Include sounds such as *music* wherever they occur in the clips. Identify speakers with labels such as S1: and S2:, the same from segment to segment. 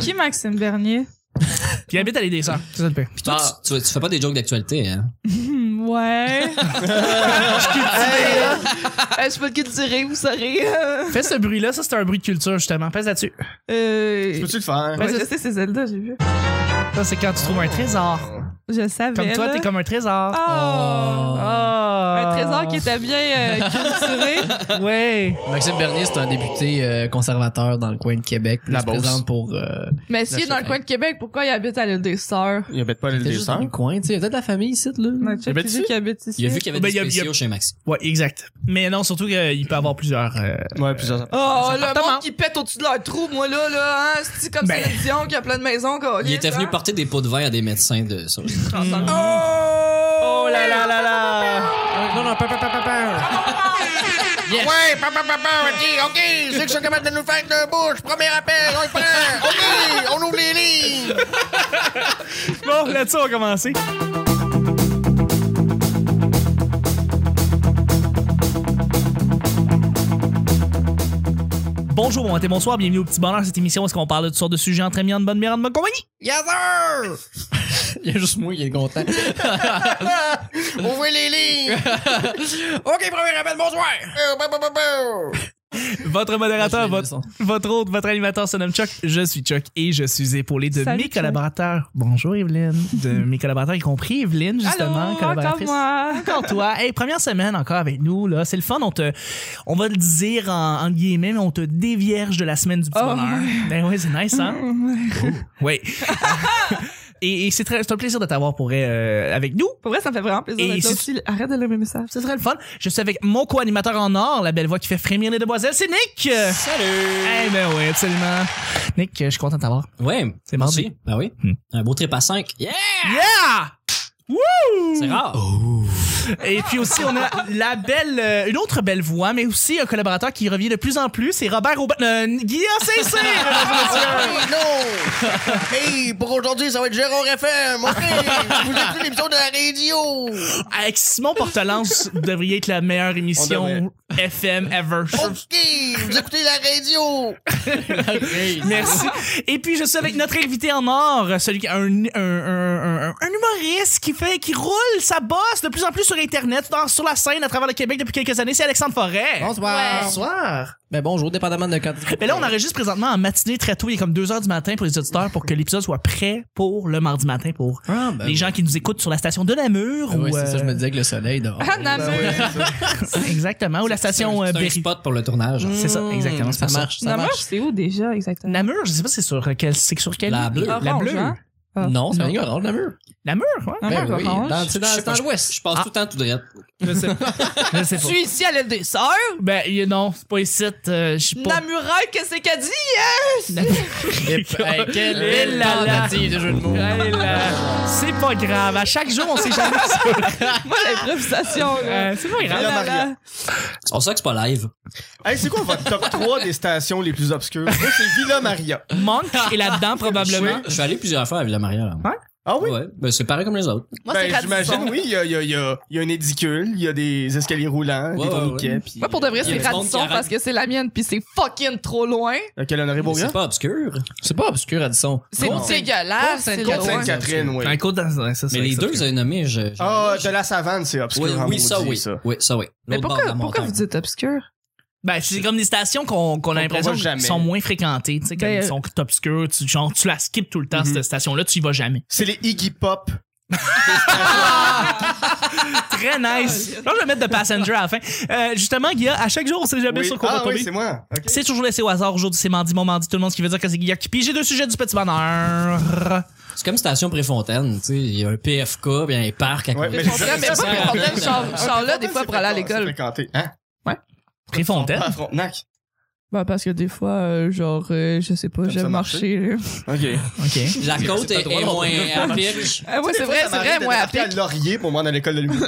S1: qui Maxime Bernier?
S2: Puis il habite à les descends. C'est ça le pire.
S3: Puis toi,
S4: Ah.
S3: tu, tu- tu fais pas des jokes d'actualité, hein?
S1: Hmm,
S5: *laughs*
S1: ouais.
S5: Euh, je peux le culturer, vous saurez. Euh,
S2: Fais ce bruit-là, ça c'est un bruit de culture justement. Pèse là-dessus.
S5: euh,
S6: Peux-tu le faire?
S5: ouais,
S2: Pèse
S5: je sais, c'est Zelda, j'ai vu.
S2: Ça c'est quand tu trouves un trésor.
S1: Je savais.
S2: Comme toi,
S1: Oh. là.
S2: t'es comme Ah. un trésor.
S1: Oh. Un trésor qui était bien euh, culturé.
S2: Ah. Ouais.
S4: Maxime Bernier, c'est un député euh, conservateur dans le coin de Québec. Puis
S6: La
S4: il se
S6: Beauce.
S4: présente pour. Euh,
S5: Mais s'il est dans le coin de Québec, pourquoi il habite à l'île des Sœurs?
S6: Il habite pas à l'île
S4: c'est
S6: des
S4: juste dans
S6: Sœurs.
S4: le coin, tu sais. Il y a peut-être de la famille ici, là.
S1: On a checké
S6: habite
S1: lui
S6: ici?
S1: qui habite ici.
S3: Il a vu qu'il y avait
S2: Ben,
S3: des
S2: il y a-
S3: spéciaux
S2: il y a-
S3: chez Maxime.
S2: Ouais, exact. Mais non, surtout qu'il peut avoir plusieurs. euh,
S6: Ouais, plusieurs.
S5: Oh, le
S2: appartement.
S5: monde qui pète au-dessus de leur trou, moi, là, là, hein, c'est comme
S2: Ben.
S5: Céline Dion qui a plein de maisons, Ah, quoi.
S3: Il était venu porter des pots de vin à des médecins de ça.
S2: Oh là là là là.
S4: Non, non, papa, papa, papa.
S7: Ouais, papa, papa, ok, ok, ceux qui sont capables de nous faire de bouche, premier appel, on le prend, ok, on ouvre les lignes.
S2: Bon, là-dessus on va commencer. Bonjour, bon matin, bonsoir, bienvenue au Petit Bonheur, cette émission où est-ce qu'on parle de toutes sortes de sujets entre amis, en bonne mère, en bonne compagnie.
S7: Yes, sir!
S4: *laughs* Il y a juste moi qui est content.
S7: Ouvrez les lignes. ok, premier appel, bonsoir. Euh, bah, bah, bah, bah.
S2: Votre modérateur,
S4: Moi, je
S2: votre,
S4: mets le
S2: votre hôte, votre animateur se nomme Chuck. Je suis Chuck et je suis épaulé de
S1: Salut,
S2: mes
S1: Chuck.
S2: collaborateurs. Bonjour Evelyne. De
S4: *laughs*
S2: mes collaborateurs, y compris Evelyne,
S5: Oh,
S2: justement,
S1: Allô, encore
S2: collaboratrice.
S1: moi.
S2: Encore toi. Hey, première semaine encore avec nous, là. C'est le fun. On te, on va le dire en, en guillemets, mais on te dévierge de la semaine du petit
S1: Oh,
S2: bonheur. Ben oui, c'est nice, hein?
S1: *laughs*
S2: Oui. et et c'est très- c'est un plaisir de t'avoir pour euh, avec nous.
S5: Pour vrai, ça me fait vraiment plaisir
S2: Et Oh,
S5: d'être là
S2: si-
S5: aussi. Arrête de lire mes messages.
S2: Ce serait le fun. Je suis avec mon co-animateur en or, la belle voix qui fait frémir les demoiselles, c'est Nick! Salut! Eh ben oui, absolument. Nick, euh, je suis content de t'avoir.
S3: Ouais.
S2: C'est
S3: Merci.
S2: mardi.
S3: Ben oui.
S2: Hmm.
S3: Un beau trip à 5. Yeah!
S2: Yeah!
S3: C'est rare.
S2: Et puis aussi, on a la belle, euh, une autre belle voix, mais aussi un collaborateur qui revient de plus en plus, c'est Robert Aubin, euh, Guillaume Saint-Cyr,
S7: *laughs*
S2: mesdames et messieurs.
S7: Hey, non. Hey, pour aujourd'hui, ça va être Gérard FM, ok. Vous êtes plus l'émission de la radio.
S2: Avec Simon Portelance, vous devriez être la meilleure émission FM ever.
S7: Ok, vous écoutez la radio.
S2: *laughs* Merci. Et puis je suis avec notre invité en or, celui qui un, un, un, un- un humoriste qui fait, qui roule sa bosse de plus en plus sur Internet, dans- sur la scène à travers le Québec depuis quelques années, c'est Alexandre Forêt.
S4: Bonsoir.
S2: Bonsoir.
S4: Ben bonjour, dépendamment de quand.
S2: Mais là, on enregistre présentement en matinée très tôt, il est comme 2 heures du matin pour les auditeurs, pour que l'épisode soit prêt pour le mardi matin, pour
S4: *laughs* Ah, ben
S2: les
S4: oui.
S2: gens qui nous écoutent sur la station de Namur.
S4: Ah
S3: Ben
S2: ou,
S4: ouais, c'est ça, je me
S2: euh,
S4: disais que le soleil dehors.
S5: Ah, Namur.
S2: *laughs* Exactement, ou la station
S3: C'est
S2: euh,
S3: un
S2: Berry.
S3: spot pour le tournage.
S2: C'est ça, exactement. c'est
S4: Hmm. Ça
S2: pour
S4: marche, ça
S5: Namur,
S4: marche.
S5: c'est où déjà, exactement?
S2: Namur, je sais pas c'est sur quelle c'est sur quelle
S3: La bleue.
S2: La
S5: Orange,
S2: bleue.
S5: hein? Ah.
S4: Non, c'est un gars, orange, Namur.
S2: Namur, ouais.
S5: Namur,
S4: Ben oui,
S5: orange.
S4: dans- c'est dans-
S3: Je sais
S4: c'est dans
S3: pas,
S4: l'ouest. Ah.
S3: Je passe tout le temps tout droit.
S2: Je sais pas. Je sais
S5: Je *laughs*
S2: pas.
S5: suis ici à l'île des Sœurs.
S2: Ben y- non, c'est pas ici, euh, je suis pas.
S5: Namuraille, qu'est-ce qu'elle dit? hein?
S4: Hey, quelle
S2: Eh
S4: belle
S2: là là.
S4: tentative de jeu de mots.
S2: Hey, là, C'est pas grave. À chaque jour, on sait jamais.
S5: hein? Moi, l'improvisation, là.
S2: Euh, c'est pas
S6: la
S2: grave.
S5: Là, là.
S6: Maria.
S3: C'est pour ça que c'est pas live.
S6: Hey, c'est quoi votre top 3 des stations les plus obscures? Moi, c'est Villa Maria.
S2: Monk est là-dedans probablement.
S3: Je suis allé plusieurs fois à Villa Maria. là.
S2: Ouais?
S6: Ah oui?
S3: Ouais. Ben, c'est pareil comme les autres.
S5: Moi, c'est
S6: ben,
S5: Radisson.
S6: j'imagine, oui, il y a, il y, a, il y, a, il y a un édicule, il y a des escaliers roulants,
S3: Ouais,
S6: des
S3: ouais,
S6: tourniquets,
S3: ouais.
S6: puis...
S5: Moi, pour de vrai,
S3: Il y a
S5: c'est
S3: du monde qui
S5: Radisson
S3: arrête.
S5: parce que c'est la mienne, puis c'est fucking trop loin.
S6: Euh, Quel honoré
S3: Mais C'est
S6: Beaugrand?
S3: pas obscur.
S4: C'est pas obscur, Addison.
S5: C'est
S6: Non.
S5: dégueulasse.
S4: Sainte-
S5: C'est
S4: Côte
S6: Côte
S5: loin.
S6: Sainte-Catherine, oui.
S2: Un côte dans ouais, ça, c'est
S3: Mais les
S2: ça,
S3: deux,
S2: c'est-
S3: vous avez nommé. je- je-
S6: Ah, de la savane, c'est obscur.
S3: Oui,
S6: en
S3: oui, ça,
S6: maudit,
S3: oui. Oui, ça, oui.
S5: Mais
S3: L'autre bord de
S5: pourquoi,
S3: la
S5: pourquoi vous
S3: montagne.
S5: dites obscur?
S2: Ben, c'est comme des stations qu'on qu'on a
S6: On
S2: l'impression
S6: va jamais.
S2: qu'ils sont moins fréquentées. Tu sais, quand
S5: Ben,
S2: ils sont obscures, tu, genre, tu la skippes tout le temps,
S6: Mhm.
S2: cette station-là, tu y vas jamais.
S6: C'est les Iggy Pop.
S2: Très nice. Là, je vais mettre de passenger à la fin. Euh, justement, Guilla, à chaque jour, on sait jamais
S6: Oui.
S2: sur quoi on va
S6: Ah
S2: tomber.
S6: oui, c'est moi. Ok.
S2: C'est toujours laissé au hasard. Aujourd'hui, c'est mardi, mon mardi, tout le monde, ce qui veut dire que c'est Guillaume qui pige. J'ai deux sujets du petit bonheur.
S3: C'est comme Station Préfontaine. tu sais. Il y a un PFK, puis il y a un parc à
S6: Ouais,
S3: côté.
S6: mais-
S5: Mais pas Préfontaine, Charles- Charles là, des fois,
S6: Ah, C'est
S5: pour aller à
S6: fréquent- c'est
S5: l'école.
S6: fréquenté. Hein?
S2: Préfontaine.
S6: *laughs* Pas à Frontenac.
S5: Bah, parce que des fois, euh, genre, euh, je sais pas,
S6: ça
S5: j'aime
S6: marcher?
S5: marcher. là.
S6: OK.
S2: OK.
S3: La
S4: *laughs*
S3: côte est, est moins à pic.
S5: Ah, ouais, c'est vrai, c'est vrai, moi, à
S6: à
S5: pic.
S6: Laurier pour moi dans l'école de l'humour.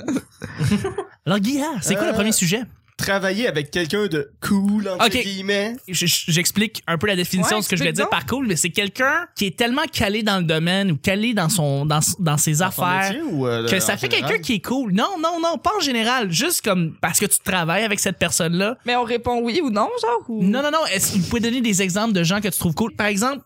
S2: Alors, Guilla, c'est quoi le
S6: Euh,
S2: premier sujet?
S6: Travailler avec quelqu'un de cool, entre
S2: Ok.
S6: guillemets.
S2: Je- je- J'explique un peu la définition
S5: Ouais,
S2: de ce que je voulais dire
S5: explique
S2: par cool, mais c'est quelqu'un qui est tellement calé dans le domaine ou calé dans son dans, dans ses
S6: Son
S2: affaires
S6: métier ou, euh,
S2: que
S6: en
S2: ça fait
S6: général?
S2: quelqu'un qui est cool. Non, non, non, pas en général, juste comme parce que tu travailles avec cette personne-là.
S5: Mais on répond oui ou non, genre? Ou...
S2: Non, non, non, est-ce que vous pouvez donner des exemples de gens que tu trouves cool? Par exemple,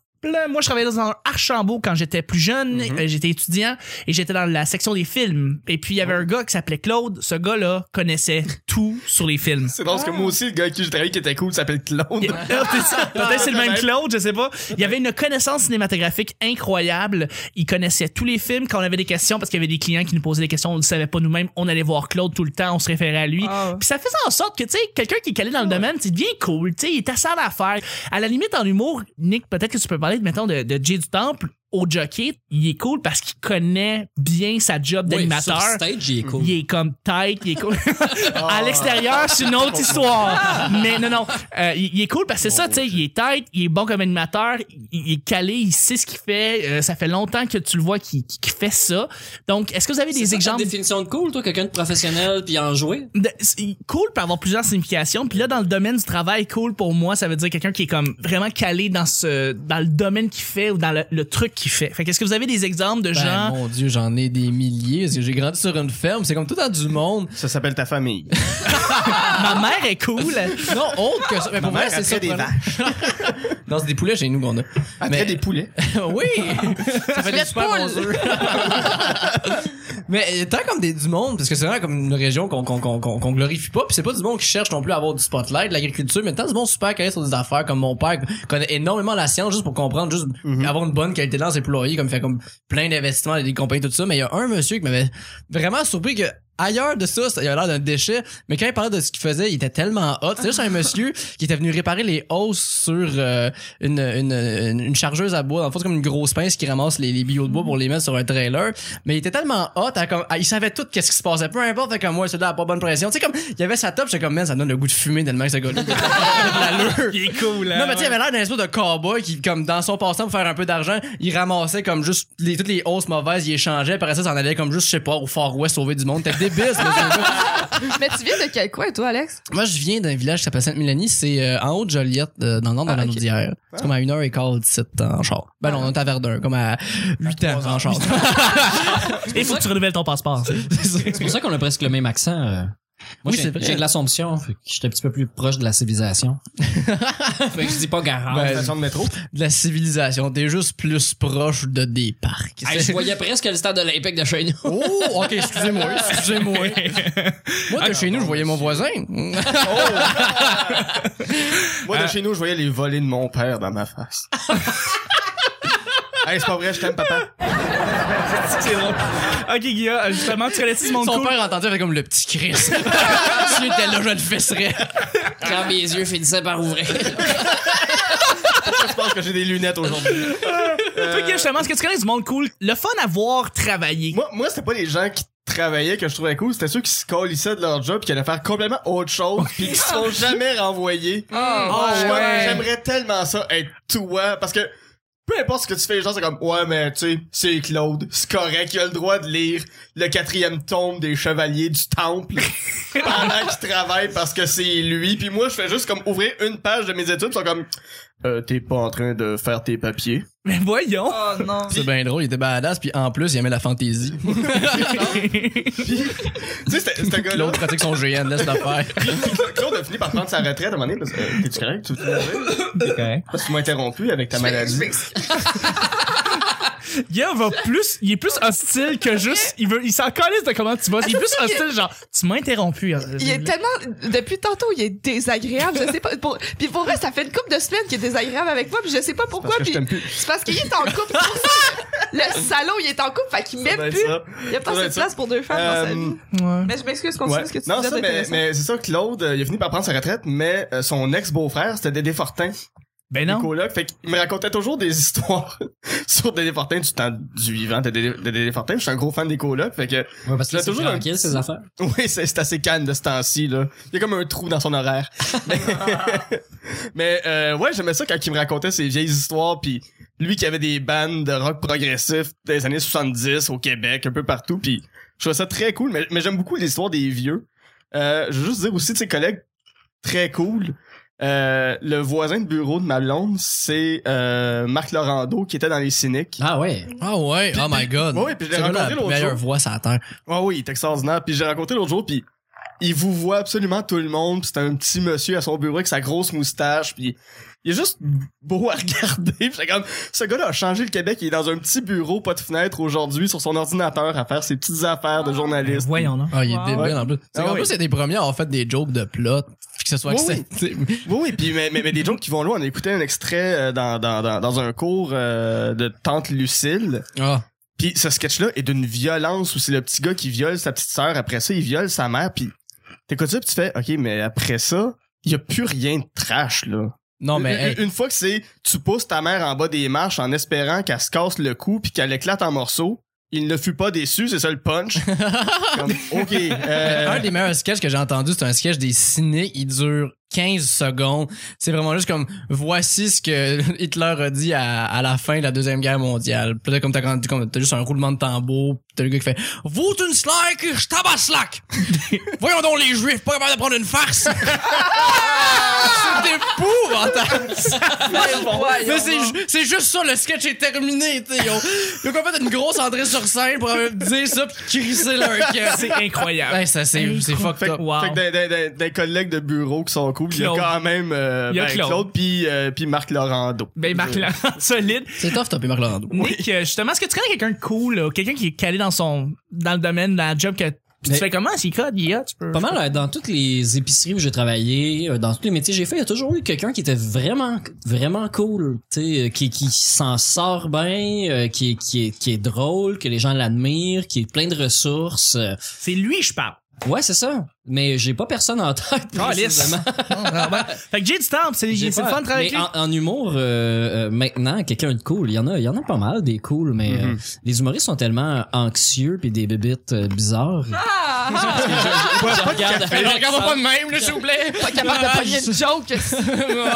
S2: Moi, je travaillais dans un Archambault quand j'étais plus jeune. Euh, J'étais étudiant et j'étais dans la section des films. Et puis, il y avait un gars qui s'appelait Claude. Ce gars-là connaissait tout sur les films.
S6: C'est drôle parce que moi aussi, le gars avec qui j'ai travaillé qui était cool s'appelle Claude.
S2: Il- Peut-être c'est le même Claude, je sais pas. Il y avait une connaissance cinématographique incroyable. Il connaissait tous les films. Quand on avait des questions, parce qu'il y avait des clients qui nous posaient des questions, on ne savait pas nous-mêmes. On allait voir Claude tout le temps, on se référait à lui.
S5: Ah ouais.
S2: Puis ça faisait en sorte que, tu sais, quelqu'un qui est calé dans le domaine, tu deviens cool, tu sais, il est assez à l'affaire. À la limite, en humour, Nick, peut-être que tu peux parler, mettons, de, de Jay du Temple. Au jockey, il est cool parce qu'il connaît bien sa job d'animateur.
S3: Sur stage, il est cool.
S2: Il est comme tight, il est cool. *laughs* à l'extérieur, c'est une autre histoire. Mais non, non, euh, il, il est cool parce que c'est ça, tu sais, il est tight, il est bon comme animateur, il, il est calé, il sait ce qu'il fait. euh, ça fait longtemps que tu le vois qu'il qu'il fait ça. Donc, est-ce que vous avez
S3: C'est
S2: des
S3: quoi ta
S2: exemples
S3: définition de cool, toi, quelqu'un de professionnel puis en jouer?
S2: de- c'est- cool peut avoir plusieurs significations. Puis là, dans le domaine du travail, cool pour moi, ça veut dire quelqu'un qui est comme vraiment calé dans ce, dans le domaine qu'il fait ou dans le, le truc qu'il fait. Fait qu'est-ce que vous avez des exemples de
S4: Ben,
S2: gens
S4: mon Dieu, j'en ai des milliers. parce que J'ai grandi sur une ferme. C'est comme tout dans du monde.
S6: Ça s'appelle
S2: *laughs*
S6: ta famille.
S2: Ma mère est cool.
S4: Non, autre que ça. Mais pour
S6: Ma
S4: vrai,
S6: mère,
S4: c'est
S6: elle
S4: ça.
S6: fait des
S4: le problème.
S6: vaches.
S4: Non, c'est des poulets chez nous qu'on a.
S6: Elle
S4: Mais-
S6: fait
S2: *laughs*
S6: des poulets.
S4: oui! Ça fait des super bons œufs. Mais euh, tant comme des, du monde, parce que c'est vraiment comme une région qu'on qu'on qu'on qu'on qu'on glorifie pas, puis c'est pas du monde qui cherche non plus à avoir du spotlight, de l'agriculture, mais tant du monde super calé sur des affaires, comme mon père connaît énormément la science juste pour comprendre, juste avoir une bonne qualité dans ses employés, comme il fait comme plein d'investissements, des compagnies, tout ça. Mais il y a un monsieur qui m'avait vraiment surpris que ailleurs de ça, ça- il a l'air d'un déchet, mais quand il parlait de ce qu'il faisait, il était tellement hot. C'est juste un monsieur qui était venu réparer les hausses sur euh, une, une, une, une chargeuse à bois. En fait, c'est comme une grosse pince qui ramasse les, les billots de bois pour les mettre sur un trailer. Mais il était tellement hot, à comme, à- il savait tout qu'est-ce qui se passait. Peu importe, fait comme moi, celui-là a pas bonne pression. Tu sais, comme, il y avait sa top, j'étais comme, man, ça donne le goût de fumer tellement que ce *laughs* gars-là. il a de l'allure.
S2: Il est cool. hein?
S4: Non, mais tu sais, il avait l'air d'un espèce de cowboy qui, comme dans son passe-temps pour faire un peu d'argent, il ramassait comme juste les, toutes les hausses mauvaises, il échangeait, après ça, s'en allait comme juste, je sais pas, au Far West sauver du monde. T'es débile, ce monsieur-là.
S5: Mais tu viens de quel coin, toi, Alex?
S4: *laughs* Moi, je viens d'un village qui s'appelle Sainte-Mélanie, c'est euh, en haut de Joliette, euh, dans le nord de
S5: Ah,
S4: la
S5: ok.
S4: Naudière. C'est comme à 1h15 d'ici en char. Ben
S2: Ah.
S4: non, on est à Verdun, comme à 8 ans en char.
S2: *laughs* Il faut que tu renouvelles ton passeport.
S3: C'est pour ça qu'on a presque le même accent. euh. Moi,
S4: Oui,
S3: j'ai-
S4: c'est vrai.
S3: j'ai de l'Assomption, fait que j'étais un petit peu plus proche de la civilisation. fait que je dis pas garage.
S4: Ben,
S6: Station
S2: *laughs*
S6: de métro.
S4: de la civilisation, t'es juste plus proche de des parcs.
S3: Hey, je voyais presque le stade olympique de chez nous.
S4: Oh, ok,
S2: *laughs*
S4: excusez-moi, excusez-moi. Moi, de chez nous, je voyais mon voisin.
S6: Oh! Moi, de
S2: Euh.
S6: chez nous, je voyais les volets de mon père dans ma
S2: *laughs*
S6: face. hey, c'est pas vrai, je t'aime, papa.
S2: C'est drôle. Ok, Guilla, euh, justement, tu connais-tu ce monde
S4: Son
S2: cool?
S4: père entendait, il fait comme le petit Chris. *laughs* S'il était là, je le fesserais.
S3: Quand mes yeux finissaient par ouvrir.
S6: Je pense que j'ai des lunettes aujourd'hui.
S2: Toi, Guilla, justement, est-ce que tu connais du monde cool? Le fun à voir travailler.
S6: Moi, moi c'était pas les gens qui travaillaient que je trouvais cool, c'était ceux qui se colissaient de leur job pis qui allaient faire complètement autre chose pis qui se sont jamais renvoyés.
S2: Ah,
S6: Je suis comme,
S2: ouais.
S6: J'aimerais tellement ça être toi parce que peu importe ce que tu fais, les gens c'est comme ouais mais tu sais c'est Claude, c'est correct, il a le droit de lire le quatrième tome des Chevaliers du Temple pendant qu'il travaille parce que c'est lui. Puis moi je fais juste comme ouvrir une page de mes études, ils sont comme euh, t'es pas en train de faire tes papiers.
S2: Mais *laughs* voyons.
S5: Oh non.
S4: C'est bien drôle, il était badass, puis en plus, il aimait la fantaisie.
S6: Tu sais c'était- c'était un gars-là.
S4: L'autre pratique son géant, laisse la faire.
S6: *laughs* Claude a fini par prendre sa retraite à un moment donné parce que euh, t'es-tu correct? Tu veux te lever? Parce que tu m'as interrompu avec ta maladie.
S2: Guilla va plus, il est plus hostile que juste, il veut, il s'en calisse de comment tu vas. Il est plus hostile, genre, tu m'as interrompu. euh,
S5: Il est tellement. Depuis tantôt, il est désagréable. Je sais pas. Pour... Puis pour vrai, ça fait une couple de semaines qu'il est désagréable avec moi. Puis je sais pas pourquoi.
S6: Parce que je
S5: Puis
S6: t'aime plus.
S5: c'est parce qu'il est en couple. pour ça. Le salaud, il est en couple. Fait qu'il
S6: doit
S5: m'aime
S6: être
S5: plus.
S6: Ben, ça.
S5: Il y a pas
S6: doit
S5: assez
S6: être
S5: de
S6: ça.
S5: place pour deux femmes dans sa
S6: Euh,
S5: vie. Mais je m'excuse, continue
S6: Ouais.
S5: ce que tu
S6: non,
S5: disais
S6: ça, mais,
S5: d'intéressant.
S6: mais c'est ça, Claude, euh, il a fini par prendre sa retraite, mais euh, son ex-beau-frère, c'était Dédé Fortin,
S2: Ben
S6: le
S2: non.
S6: coloc. Fait qu'il me racontait toujours des *laughs* histoires sur Dédé Fortin du temps du vivant de Dédé, de Dédé Fortin. Je suis un gros fan des colocs, fait que,
S3: Ouais, parce
S6: que là, c'est
S3: tranquille, ces affaires.
S6: oui, c'est c'est assez calme de ce temps-ci, là. Il y a comme un trou dans son horaire. mais, *laughs* mais, euh, ouais, j'aimais ça quand il me racontait ses vieilles histoires, puis lui qui avait des bandes de rock progressif des années 70 au Québec, un peu partout, puis je trouvais ça très cool, mais, mais j'aime beaucoup l'histoire des vieux. Euh, je veux juste dire aussi de ses collègues, très cool. Euh, le voisin de bureau de ma blonde, c'est euh, Marc Laurando qui était dans les Cyniques.
S3: Ah ouais.
S4: Ah ouais, oh my god.
S6: Ouais, ouais, puis je l'ai
S4: Ce gars-là a
S6: rencontré l'autre
S4: meilleure
S6: jour.
S4: voix sur la terre.
S6: Ah oui, il est extraordinaire. Puis j'ai rencontré l'autre jour, puis il vous voit absolument tout le monde, pis c'est un petit monsieur à son bureau avec sa grosse moustache, puis il est juste beau à *laughs* regarder. Pis j'étais comme, ce gars-là a changé le Québec, il est dans un petit bureau, pas de fenêtre aujourd'hui, sur son ordinateur à faire ses petites affaires de journaliste.
S2: Voyons, non?
S4: Ah, il est
S1: Wow.
S4: débile en plus. C'est
S6: Ah
S4: qu'en
S6: oui.
S4: plus, c'est des premiers à avoir fait des jokes de plot, puis que ce soit
S6: Oui,
S4: accepté.
S6: Oui, oui, puis mais, mais, mais des jokes qui vont loin. On a écouté un extrait euh, dans, dans, dans, dans un cours euh, de Tante Lucille.
S4: Ah,
S6: Puis ce sketch-là est d'une violence où c'est le petit gars qui viole sa petite sœur. Après ça, il viole sa mère. Puis t'écoutes ça, puis tu fais, OK, mais après ça, il y a plus rien de trash, là.
S4: non, mais. hey.
S6: Une- une, une fois que c'est, tu pousses ta mère en bas des marches en espérant qu'elle se casse le cou puis qu'elle éclate en morceaux, il ne fut pas déçu, c'est ça le
S4: *laughs*
S6: punch. Comme, OK. euh,
S4: Un des meilleurs sketchs que j'ai entendu, c'est un sketch des ciné. Il dure 15 secondes. C'est vraiment juste comme voici ce que *laughs* Hitler a dit à, à la fin de la Deuxième Guerre mondiale. Puis là, comme t'as quand- comme t'as juste un roulement de tambour, pis t'as le gars qui fait Vous une slack, je tabaslac! Voyons donc les juifs, pas capables de prendre une farce! c'est épouvantable! Mais c'est ju- c'est juste ça, le sketch est terminé, tu sais. Ils ont ils ont comme fait une grosse entrée sur scène pour euh, dire ça pis crisser leur cœur.
S2: *laughs* C'est incroyable.
S4: Hey, ça, c'est c'est fucked
S6: Fait,
S4: up.
S2: Wow.
S6: fait que des, des- des- des collègues de bureau qui sont cool, il y a
S2: Claude.
S6: quand même euh,
S2: Il y a
S6: ben,
S2: Claude.
S6: Claude puis euh, puis Marc Laurando.
S2: Ben, Marc Laurent, *laughs* solide.
S4: C'est tough, taper Marc Laurando.
S2: Nick, euh, justement, est-ce que tu connais quelqu'un de cool, là, ou quelqu'un qui est calé dans son, dans le domaine, dans la job que tu
S3: Mais-
S2: fais comment, s'il code, il y a, tu peux.
S3: Pas mal, euh, dans toutes les épiceries où j'ai travaillé, euh, dans tous les métiers que j'ai fait, il y a toujours eu quelqu'un qui était vraiment, vraiment cool, tu sais, euh, qui, qui s'en sort bien, euh, qui, qui, est, qui est drôle, que les gens l'admirent, qui est plein de ressources. euh.
S2: C'est lui, je parle.
S3: Ouais, c'est ça. Mais j'ai pas personne en tête.
S2: *laughs*
S3: précisément.
S2: Fait que j'ai du temps, pis c'est
S3: J'ai
S2: c'est le
S3: pas-
S2: fun de travailler
S3: mais
S2: avec lui.
S3: en, en humour, euh, euh, maintenant, quelqu'un de cool, il y en a, il y en a pas mal des cools, mais euh, les humoristes sont tellement anxieux puis des bébites euh, bizarres. *laughs*
S6: Ouais, pas de
S3: Regarde,
S6: café.
S3: Alexandre-
S4: de même, là, s'il vous plaît!
S5: Pas capable de pogner une joke.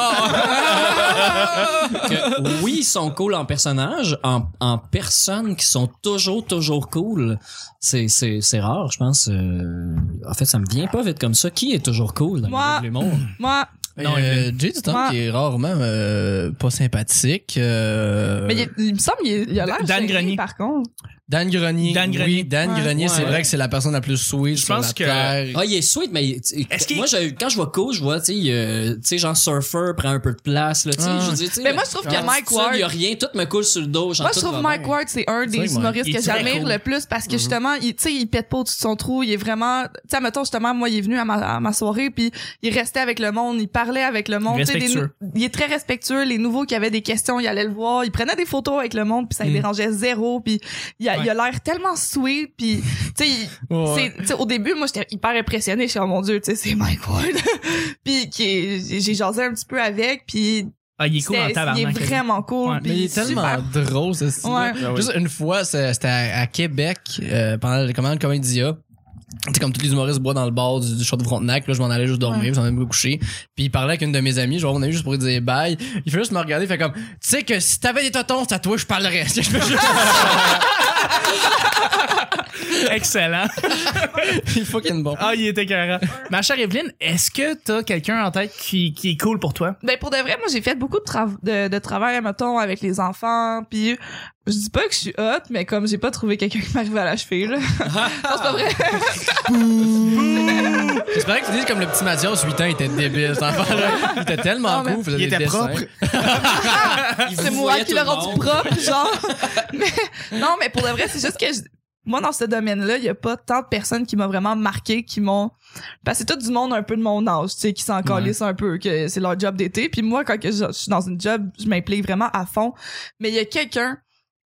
S3: que oui, ils sont cool en personnage, en, en personnes qui sont toujours, toujours cool. C'est, c'est, c'est rare, je pense. euh, en fait, ça me vient pas vite comme ça. Qui est toujours cool dans le
S1: Moi.
S3: milieu de l'humour?
S1: Moi,
S4: Non, euh, Jay du temps
S1: Ouais.
S4: qui est rarement euh, pas sympathique. euh,
S5: Mais il, est- il me semble qu'il est- il a l'air
S2: Dan
S5: gêné,
S2: Grenier.
S5: par contre.
S4: Dan Grenier.
S2: Dan Grenier.
S4: Oui, Dan
S1: Ouais.
S4: Grenier, c'est
S3: Ouais.
S4: vrai que c'est la personne la plus sweet
S2: Je
S4: sur
S2: pense
S4: la
S2: que-
S4: terre.
S3: Ah, il est sweet, mais il- tu-
S2: Est-ce qu'il-
S3: moi, j'ai- quand je vois cool, je vois, tu sais, euh, tu sais, genre surfer prend un peu de place, là, tu sais,
S4: Ah.
S3: je veux dire, tu sais,
S5: Mais
S3: le-
S5: moi, je trouve
S3: quand
S5: que Mike
S3: tu sais, Il y a
S5: Ward...
S3: rien, tout me coule sur le dos. genre,
S5: Moi, je
S3: tout
S5: trouve
S3: va
S5: Mike
S3: bien.
S5: Ward, c'est un
S4: C'est vrai,
S5: des
S4: Mike. Mm-hmm.
S5: humoristes
S2: Il est
S5: que
S2: très
S5: j'admire
S2: cool.
S5: le plus parce que justement, il, tu sais, il pète pas au-dessus de son trou. Il est vraiment, tu sais, mettons, justement, moi, il est venu à ma, à ma soirée puis il restait avec le monde, il parlait avec le monde. Tu sais, des-
S2: Respectueux.
S5: il est très respectueux. Les nouveaux qui avaient des questions, il allait le voir. Il prenait des photos avec le monde puis ça les
S4: Mm.
S5: dérangeait zéro puis il a, il a l'air tellement sweet puis, tu sais, il-
S4: Ouais.
S5: c'est- tu sais, au début, moi, j'étais hyper impressionnée. Je suis, oh mon dieu, tu sais, c'est Mike Ward. *laughs* puis qui est- j'ai j'ai jasé un petit peu avec puis
S2: Ah, il est cool en
S5: c'était-
S2: tabarnak.
S5: il est vraiment cool.
S2: Ouais,
S5: puis
S4: Mais il est tellement
S5: super
S4: drôle, ce style
S5: Ouais.
S6: Ah oui.
S4: Juste une fois, c'est- c'était à, à Québec, euh, pendant le commande Comédia. Tu sais, comme tous les humoristes boivent dans le bar du, du de Frontenac, là, je m'en allais juste dormir,
S5: Ouais.
S4: puis j'en allais me coucher. Puis il parlait avec une de mes amies, genre, on a eu juste pour lui dire bye. Il fait juste me regarder, il fait comme, tu sais que si t'avais des totons, c'est à toi, je parlerais. *laughs* Je fais juste-
S2: Excellent. *laughs*
S4: il est fucking bon.
S2: Ah, il était carré. Ma chère Evelyne, est-ce que t'as quelqu'un en tête qui, qui est cool pour toi?
S5: Ben pour de vrai, moi j'ai fait beaucoup de, trav- de, de travail, mettons, avec les enfants, puis je dis pas que je suis hot, mais comme j'ai pas trouvé quelqu'un qui m'arrive à la cheville,
S3: *laughs*
S5: là. non, c'est pas vrai.
S4: J'espérais que tu dises comme le petit Mathias, 8 ans, il était débile, cet enfant-là. Il était tellement
S5: Non, mais-
S4: cool, faisait
S6: Il
S4: des
S6: était
S4: dessins.
S6: propre.
S3: *laughs* Il
S5: C'est
S3: vous
S5: moi
S3: voyait
S5: qui
S3: tout
S5: l'ai
S3: le
S5: rendu
S3: monde.
S5: propre, genre. mais, non, mais pour de vrai, c'est juste que je- moi, dans ce domaine-là, il y a pas tant de personnes qui m'ont vraiment marqué, qui m'ont... Parce que c'est tout du monde un peu de mon âge, tu sais, qui s'en calisse un peu, que c'est leur job d'été. Puis moi, quand que je, je suis dans une job, je m'implique vraiment à fond. Mais il y a quelqu'un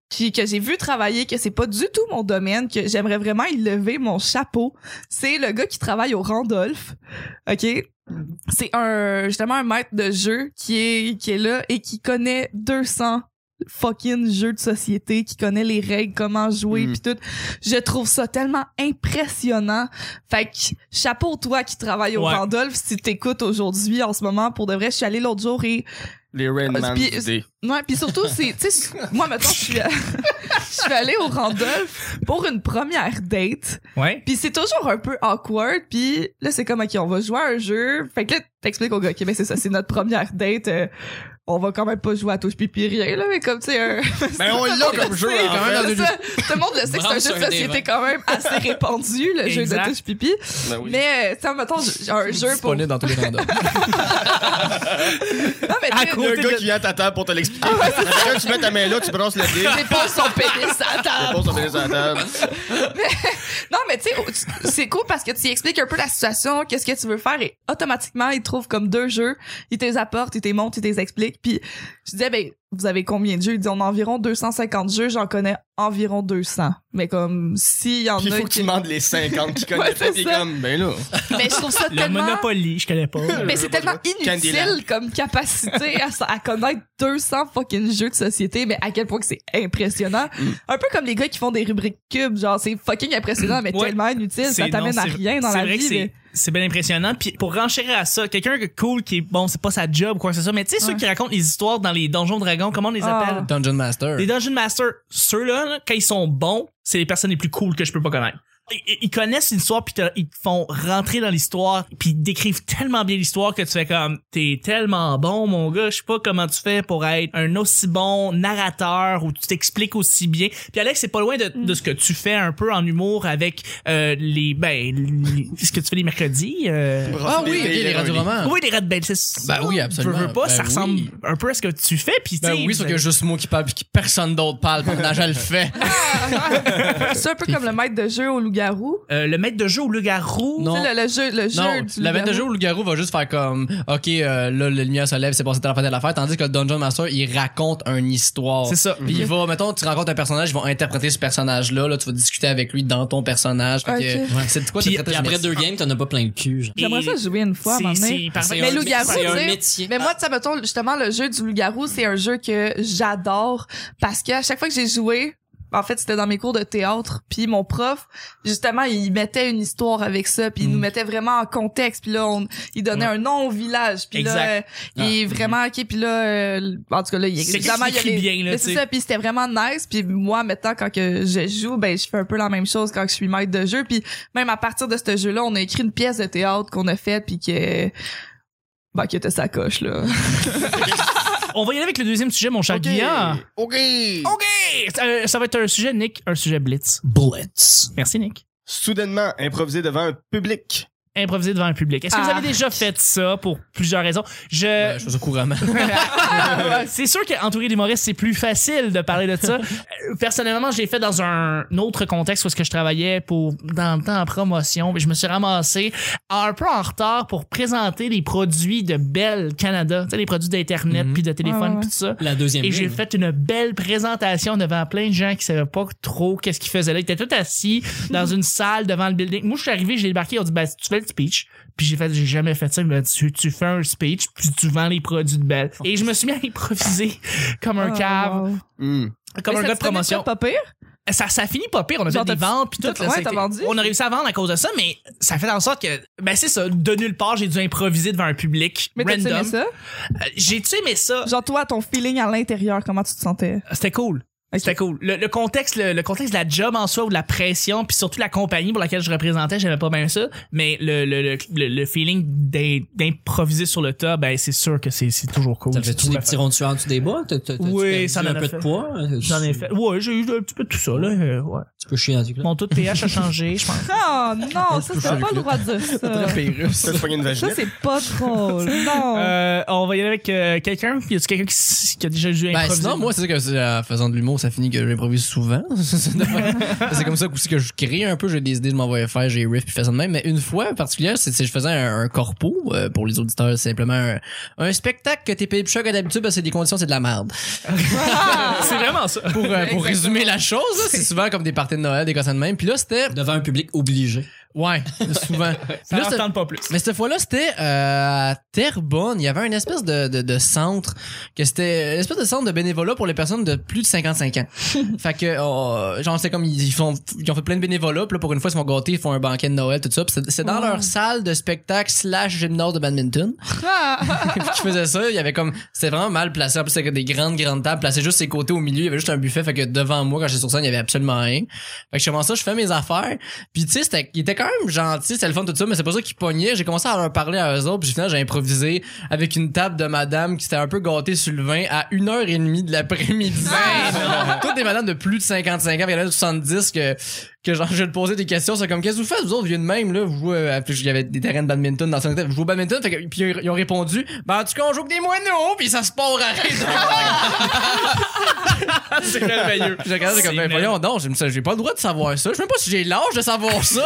S5: qui, que j'ai vu travailler, que c'est pas du tout mon domaine, que j'aimerais vraiment y lever mon chapeau. C'est le gars qui travaille au Randolph. OK? c'est un justement un maître de jeu qui est qui est là et qui connaît 200 fucking jeux de société qui connaît les règles comment jouer
S6: Mm.
S5: puis tout je trouve ça tellement impressionnant fait que chapeau toi qui travaille au
S2: Ouais.
S5: Randolph si t'écoutes aujourd'hui en ce moment pour de vrai je suis allée l'autre jour et
S6: Les
S5: Ah,
S6: Rainman
S5: puis- Ouais, puis surtout, c'est, tu sais, moi, maintenant, je suis, euh, *laughs* je suis allée au Randolph pour une première date.
S2: *laughs* Ouais.
S5: Puis c'est toujours un peu awkward. Puis là, c'est comme, OK, on va jouer à un jeu. Fait que là, t'expliques au gars, OK, ben c'est ça, c'est notre première date. euh, on va quand même pas jouer à touche pipi rien là mais comme tu sais un-
S6: Mais on l'a comme jeu,
S5: C'est *laughs*
S6: en fait.
S5: ça. tout le monde le sait que c'est un
S8: Branche
S5: jeu de
S8: sur un
S5: société
S8: des
S5: quand même assez répandu le jeu
S2: Exact.
S5: de touche pipi
S6: Ben oui.
S5: mais ça mettons j'ai un jeu pour
S3: Disponible dans tous les randoms.
S5: non mais
S2: À
S5: tu sais,
S6: Il y a un
S2: Côté
S6: gars
S2: de-
S6: qui vient à ta table pour te l'expliquer.
S5: Ah,
S6: Quand tu mets ta main là, tu brosses le dé, tu
S5: tu déposes son pénis à la table
S6: poses ton pénis à la table.
S5: Ah. Non, mais tu sais, tu- c'est cool parce que tu y expliques un peu la situation, qu'est-ce que tu veux faire et automatiquement, ils te trouvent comme deux jeux. Ils te les apportent, ils te les montrent, ils te les expliquent. Puis je disais, ben, vous avez combien de jeux? Ils disent, on a environ 250 jeux, j'en connais environ 200. Mais comme, s'il y en
S6: Puis il
S5: a.
S6: faut que
S5: qui-
S6: tu demandes les 50 qui connaissent
S5: Ouais,
S6: pas, puis
S5: c'est
S6: il est
S5: ça.
S6: comme, ben là.
S5: Mais je trouve ça
S2: *laughs* Le
S5: tellement.
S2: Monopoly, je connais pas.
S5: Mais c'est tellement
S6: Candyland.
S5: inutile comme capacité à, s- à connaître 200 fucking jeux de société, mais à quel point que c'est impressionnant.
S2: Mm.
S5: Un peu comme les gars qui font des rubriques cubes, genre c'est fucking impressionnant, mais
S2: Ouais.
S5: tellement inutile, ça
S2: C'est-
S5: t'amène
S2: non,
S5: à
S2: c'est-
S5: rien dans
S2: c'est
S5: la
S2: vrai que
S5: vie.
S2: c'est-
S5: mais-
S2: C'est bien impressionnant. Puis pour renchérir à ça, quelqu'un que cool qui est bon, c'est pas sa job, quoi, c'est ça. Mais tu sais, ceux
S5: Ouais.
S2: qui racontent les histoires dans les donjons dragons, comment on les
S5: Ah.
S2: appelle
S3: Dungeon Master.
S2: Les Dungeon Masters, ceux-là, là, quand ils sont bons, c'est les personnes les plus cool que je peux pas connaître. Ils, ils connaissent une histoire puis te- ils te font rentrer dans l'histoire puis ils décrivent tellement bien l'histoire que tu fais comme t'es tellement bon mon gars je sais pas comment tu fais pour être un aussi bon narrateur ou tu t'expliques aussi bien puis Alex c'est pas loin de, de ce que tu fais un peu en humour avec euh, les ben les- ce que tu fais les mercredis euh,
S3: Ah oui, ok, les radioromans.
S2: oui les Red Bell c'est
S3: Ben oui, absolument.
S2: je veux pas
S3: Ben
S2: ça
S3: oui.
S2: ressemble un peu à ce que tu fais puis tu
S3: Ben
S2: sais,
S3: oui, sauf qu'il y a juste moi qui parle puis que personne d'autre parle pendant que je le
S5: *laughs*
S3: fais.
S5: Ah! C'est un peu comme le maître de jeu au loup-garou.
S2: euh, le maître de jeu au loup-garou
S5: Tu sais, le, le jeu, le jeu
S3: Non,
S5: du
S3: la veine de
S5: loup-garou.
S3: jeu où le garou va juste faire comme OK, euh, là, la lumière se lève, c'est passé telle affaire, telle affaire, tandis que le Dungeon Master, il raconte une histoire.
S2: C'est ça.
S3: Puis il va, mettons, tu rencontres un personnage, ils vont interpréter ce personnage-là, là, tu vas discuter avec lui dans ton personnage. Fait que,
S5: Ok.
S3: ouais, C'est de quoi
S2: Puis-
S3: t'as traité
S8: Puis
S3: de
S8: après
S3: métier.
S8: deux games, t'en as pas plein le cul. genre.
S5: J'aimerais ça jouer une fois, à un moment
S2: C'est-
S5: donné.
S2: c'est parfait.
S5: Mais
S8: un-
S5: loup-garou,
S8: c'est un
S5: tu sais,
S8: métier.
S5: Mais moi, tu sais, mettons, justement, le jeu du loup-garou, c'est un jeu que j'adore parce que à chaque fois que j'ai joué, en fait, c'était dans mes cours de théâtre, puis mon prof, justement, il mettait une histoire avec ça, puis il
S3: Mm.
S5: nous mettait vraiment en contexte, puis là, on, il donnait un nom au village, puis là,
S2: Exact.
S5: euh, il est
S3: Ah.
S5: vraiment, ok, puis là, euh, en tout cas, là, il
S2: C'est
S5: évidemment, il y a
S2: écrit
S5: les-
S2: bien, là,
S5: mais
S2: tu
S5: c'est
S2: sais.
S5: ça, puis c'était vraiment nice, puis moi, maintenant, quand que je joue, ben, je fais un peu la même chose quand que je suis maître de jeu, puis même à partir de ce jeu-là, on a écrit une pièce de théâtre qu'on a faite, puis que... Bah, qui était sa coche, là.
S2: On va y aller avec le deuxième sujet, mon cher Guillaume.
S7: OK.
S2: OK! Euh, ça va être un sujet, Nick, un sujet Blitz.
S8: Bullets.
S2: Merci, Nick.
S6: Soudainement, improvisé devant un public.
S2: Improviser devant un public. Est-ce que vous
S5: Ah.
S2: avez déjà fait ça pour plusieurs raisons? Je...
S3: Ouais, je fais ça
S2: *laughs*
S3: couramment.
S2: Ben, c'est sûr qu'entouré d'humoristes, c'est plus facile de parler de ça. Euh, Personnellement, je l'ai fait dans un autre contexte où est-ce que je travaillais pour dans le temps en promotion, mais je me suis ramassé un peu en retard pour présenter les produits de Bell Canada, tu sais les produits d'internet puis de téléphone
S5: Ouais, ouais,
S2: puis tout ça.
S8: La deuxième
S2: Et j'ai
S8: game.
S2: fait une belle présentation devant plein de gens qui savaient pas trop qu'est-ce qu'ils faisaient là. Ils étaient
S5: *laughs*
S2: tous assis dans une salle devant le building. Moi, je suis arrivé, j'ai débarqué, ils ont dit, ben, tu fais le speech. Puis j'ai fait, j'ai jamais fait ça. Ils m'ont dit, tu, tu fais un speech, puis tu vends les produits de Belle. Et je me suis mis à improviser *laughs* comme *laughs*
S5: Oh,
S2: un cave,
S6: Hmm.
S2: comme un gars de promotion.
S5: pas pire.
S2: Ça, ça finit pas pire. On a
S5: Genre,
S2: fait des
S5: t'as-
S2: ventes, puis tout.
S5: t'as-
S2: là,
S5: ouais,
S2: c'était-
S5: t'as vendu?
S2: On a réussi à vendre à cause de ça, mais ça fait en sorte que, ben, c'est ça. De nulle part, j'ai dû improviser devant un public
S5: Mais t'as-tu aimé
S2: random.
S5: ça?
S2: Euh, J'ai-tu aimé ça?
S5: Genre, toi, ton feeling à l'intérieur, comment tu te sentais?
S2: C'était cool.
S5: Ok.
S2: C'était cool. Le, le contexte, le, le contexte de la job en soi ou de la pression, puis surtout la compagnie pour laquelle je représentais, j'aimais pas bien ça. Mais le, le, le, le- le feeling d'im- d'improviser sur le tas, ben c'est sûr que c'est c'est toujours cool.
S8: T'as
S2: C'est
S8: fait-tu
S2: toujours
S8: des
S2: la
S8: petits ronds dessus en dessous des bas? T'as- t'as- t'as-
S2: Oui,
S8: tu perdu
S2: ça
S8: un
S2: m'en a
S8: peu
S2: fait.
S8: de poids?
S2: fun. J'en ai fait. Ouais, j'ai eu un petit peu de tout ça, là. euh, ouais.
S8: Tu peux chier dans le cul, là.
S2: Mon taux de pH a changé, je pense.
S5: Oh non, ça, t'as pas le droit de dire ça.
S3: *laughs*
S6: Ça, tu pognes
S5: Ça,
S6: une vaginette.
S5: c'est pas drôle. Non.
S2: *laughs* Euh, on va y aller avec euh, quelqu'un. Y a-tu quelqu'un qui, s- qui a déjà joué à
S3: Ben,
S2: improviser?
S3: sinon, moi, c'est sûr que c'est, en faisant de l'humour, ça finit que j'improvise souvent. *laughs* c'est comme ça aussi que je crée un peu, j'ai des idées, je m'envoyais faire, j'ai riff, puis je fais ça de même. Mais une fois en particulier, c'est c'est- je faisais un, un corpo, euh, pour les auditeurs, c'est simplement un, un spectacle que t'es payé plus cher que d'habitude, parce que les conditions, c'est de la merde.
S2: c'est vraiment ça.
S3: Pour, euh, pour résumer la chose, là, c'est souvent comme des parties de Noël, des concerts de même. Puis là, c'était...
S8: Devant un public obligé.
S3: Ouais,
S2: *laughs*
S3: souvent.
S2: Ça
S3: Puis là,
S2: n'en
S3: c'était-
S2: tente pas plus.
S3: mais cette fois-là, c'était euh, à Terrebonne. Il y avait une espèce de, de, de centre que c'était une espèce de centre de bénévolat pour les personnes de plus de 55 ans. fait que euh, genre c'est comme ils ils font ils ont fait plein de bénévolat, puis là, pour une fois ils se font gâter, ils font un banquet de Noël tout ça. Puis c'est- c'est dans
S5: Wow.
S3: leur salle de spectacle slash gymnase de badminton
S5: Ah,
S3: qui faisait ça. Il y avait comme c'était vraiment mal placé. En plus c'était des grandes grandes tables placées juste ses côtés au milieu. Il y avait juste un buffet. Fait que devant moi quand j'étais sur scène il y avait absolument rien. Fait que je commence ça, je fais mes affaires. Puis tu sais c'était il était
S4: quand même gentil, c'était le fun tout ça, mais c'est pas ça qui pognait. J'ai commencé à leur parler à eux autres, puis finalement j'ai improvisé avec une table de madame qui s'était un peu gâtée sur le vin à 1h30 de l'après-midi.
S3: Ah!
S4: *laughs* Toutes des madames de plus de 55 ans, il y en a de 70 que que genre je vais te posais des questions c'est comme qu'est-ce que vous faites vous autres vieux de même là vous jouez euh, puis il y avait des terrains de badminton dans son état vous jouez au badminton fait que, puis ils, ils ont répondu ben en tout cas on joue avec des moineaux puis ça se part à
S2: *laughs*
S4: c'est merveilleux j'ai regardé comme ben voyons donc j'ai- j'ai pas le droit de savoir ça je sais même pas si j'ai l'âge de
S2: *laughs*
S4: savoir ça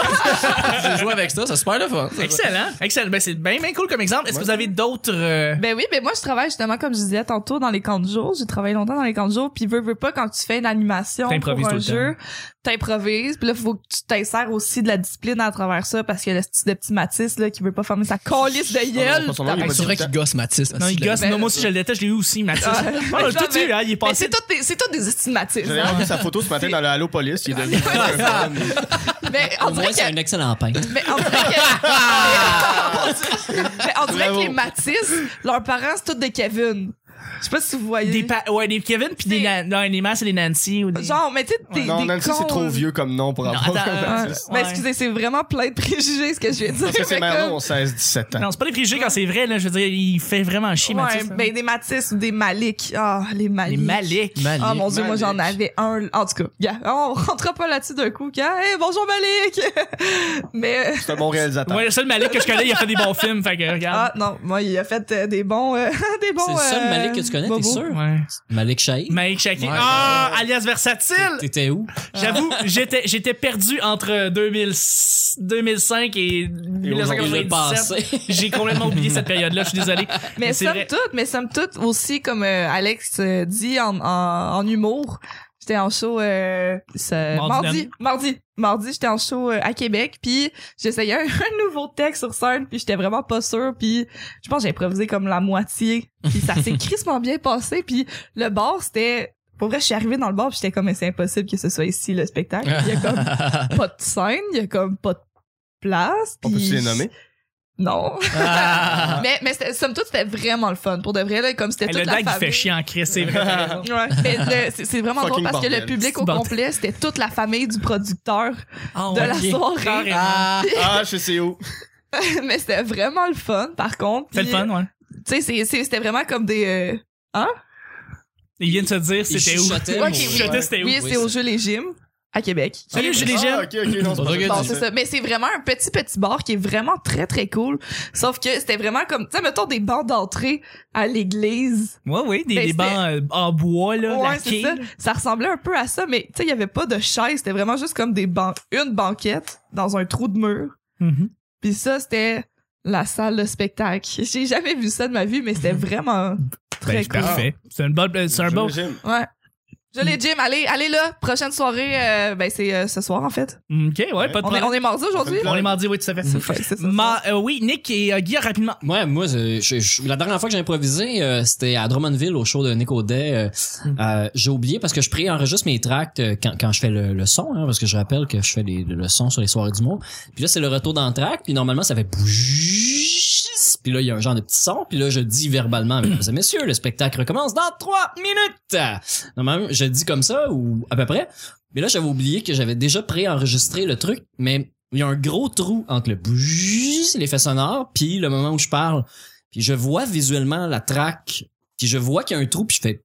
S4: j'ai joué avec ça c'est super le fun
S2: Excellent. Excellent. Ben, c'est bien, bien cool comme exemple. Est-ce que vous avez d'autres. euh,
S5: Ben oui, ben moi je travaille justement comme je disais tantôt dans les camps de jour. J'ai travaillé longtemps dans les camps de jour, puis veux veux pas quand tu fais une animation pour
S2: T'improvises tout
S5: un
S2: le
S5: jeu, t'improvises, puis là faut que tu t'insères aussi de la discipline à travers ça parce que le petit de petit Matisse là qui veut pas fermer sa colisse de gueule.
S6: Ah pas son nom, il est pas
S4: c'est vrai qu'il gosse Mathis
S2: Non, il gosse.
S5: ben,
S2: Non, moi aussi, je le déteste. Je l'ai eu aussi, Mathis.
S5: Ah,
S2: on l'a tout
S5: mais-
S2: eu, hein. Il est
S5: Mais
S2: passé.
S5: Ben, c'est tout des, c'est tout des estimatifs.
S6: J'ai regardé sa photo ce matin dans le Halo Police.
S5: Ah,
S6: Il est devenu un fan.
S5: Mais Ben, on
S3: Au
S5: dirait
S3: moins, c'est
S5: que,
S3: un excellent peintre.
S5: mais on dirait que, mais on dirait que
S6: Bravo.
S5: les Matisse, leurs parents c'est tous des Kevin. Je sais pas si vous voyez.
S2: Des pa- ouais, des Kevin, puis des, Nan- non, des Mass et des Nancy. Ou des...
S5: Genre, mais tu sais, des,
S6: Ah Non,
S5: des
S6: Nancy,
S5: cons,
S6: c'est trop
S5: là.
S6: vieux comme nom pour
S2: Non,
S6: avoir.
S2: attends, euh,
S6: Parce
S5: Ouais.
S2: Ouais.
S5: Ben, excusez, c'est vraiment plein de préjugés ce que je viens de dire.
S6: que ces
S5: mais
S6: mères-là
S5: comme-
S6: ont 16-17 ans.
S2: Non, c'est pas des préjugés quand c'est vrai, là. Je veux dire, il fait vraiment chier, Mathis.
S5: Ouais, ben des Matisse ou des Malik. Ah, les
S2: hein. Les
S5: Malik.
S2: Malik.
S5: Ah mon dieu, moi j'en
S6: Malik.
S5: avais un. En tout cas, gars, on rentre pas là-dessus d'un coup. Gars, hey, bonjour Malik. *laughs* mais
S6: C'est un bon réalisateur.
S2: Ouais, le seul Malik que je connais, il a fait des bons films, fait que
S5: ah
S2: regarde.
S5: non, moi il a fait euh, des bons, euh, *laughs* des bons.
S3: C'est le seul
S5: euh,
S3: Malik que tu connais, t'es
S5: bobos.
S3: sûr?
S2: Ouais.
S3: Malik Shahi.
S2: Malik Shaky.
S4: Ouais,
S2: ah, alias Versatile!
S3: T'étais où?
S2: Ah. J'avoue, j'étais, j'étais perdu entre 2000 2005 et
S3: Je le
S2: 1997.
S3: passais.
S2: J'ai complètement oublié cette période-là, je suis désolé.
S5: Mais
S2: c'est
S5: somme
S2: vrai.
S5: toute, mais somme toute aussi comme euh, Alex euh, dit en, en, en humour, j'étais en show euh, ce-
S2: Mardi
S5: mardi,
S2: dernier.
S5: mardi, mardi, j'étais en show euh, à Québec, puis j'essayais un, *laughs* un nouveau texte sur scène, puis j'étais vraiment pas sûre, puis je pense que j'ai improvisé comme la moitié, puis ça
S2: *laughs*
S5: s'est crissement bien passé, puis le bar c'était pour vrai, je suis arrivée dans le bar, puis j'étais comme mais c'est impossible que ce soit ici le spectacle. Il y a
S2: *laughs*
S5: comme pas de scène, il y a comme pas de place.
S6: On peut
S5: puis-
S6: se les nommer?
S5: Non. Mais, mais c'était- somme toute, c'était vraiment le fun. Pour de vrai, là, comme c'était
S2: Ah. le
S5: toute la
S2: dag, il
S5: famille.
S2: fait
S6: *laughs*
S2: chier en crise, c'est vrai. t'as raison.
S5: Ouais, mais le- c'est- c'est vraiment drôle
S6: Fucking
S5: parce que le
S6: bordel.
S5: public au
S2: Bordel.
S5: complet, c'était toute la famille du producteur de la soirée.
S2: Carrément.
S6: Ah, je sais où.
S5: *laughs* mais c'était vraiment le fun, par contre.
S2: Fait le
S5: Puis,
S2: fun, ouais.
S5: Tu sais, c'est- c'est- c'était vraiment comme des... euh,
S2: Il vient de se dire c'était où.
S5: Ok,
S3: chuchotait, mon-
S5: oui.
S2: Chuchotait, c'était où.
S5: oui,
S3: oui,
S5: c'est au
S3: c'est-
S5: jeu Les Gyms, à Québec.
S2: Salut, j'ai les
S6: Ah,
S2: gènes.
S6: ok, ok, non, c'est pas
S4: Drogué
S6: ça.
S5: Bon,
S4: du-
S5: c'est ça. Mais c'est vraiment un petit, petit bar qui est vraiment très, très cool. Sauf que c'était vraiment comme, tu sais, mettons des bancs d'entrée à l'église.
S2: Ouais, oui, des,
S5: Ben,
S2: des
S5: c'était-
S2: bancs euh, en bois, là,
S5: Ouais, c'est
S2: laqués.
S5: ça. Ça ressemblait un peu à ça, mais tu sais, il y avait pas de chaise. C'était vraiment juste comme des ban une banquette dans un trou de mur.
S2: Mhm.
S5: Puis ça, c'était la salle de spectacle. *laughs* J'ai jamais vu ça de ma vie, mais
S2: *laughs*
S5: c'était vraiment
S2: Ben,
S5: très
S2: c'est
S5: cool.
S2: parfait. C'est une bonne, c'est un bon.
S6: J'imagine.
S5: Ouais. Je l'ai, Jim. Allez, allez là. Prochaine soirée, euh, ben c'est euh, ce soir en fait.
S2: Ok, ouais, pas de
S5: On est,
S2: problème.
S5: on est mardi aujourd'hui.
S6: On
S2: On est mardi, oui, tout à
S5: *laughs*
S2: fait.
S5: Fait que c'est ça.
S2: Ma, euh, oui, Nick et euh, Guy, rapidement.
S3: Ouais, moi, je- je- je- la dernière fois que j'ai improvisé, euh, c'était à Drummondville au show de Nick Audet. Euh, euh, j'ai oublié parce que je pré-enregistre mes tracts euh, quand, quand je fais le, le son, hein, parce que je rappelle que je fais les, le son sur les soirées du mot. Puis là, c'est le retour dans le tract, puis normalement, ça fait bouge. Puis là, il y a un genre de petit son, puis là, je dis verbalement, mesdames et messieurs, le spectacle recommence dans trois minutes. Normalement, je le dis comme ça, ou à peu près. Mais là, j'avais oublié que j'avais déjà pré-enregistré le truc, mais il y a un gros trou entre le bouge, l'effet sonore, puis le moment où je parle. Puis je vois visuellement la track, puis je vois qu'il y a un trou, puis je fais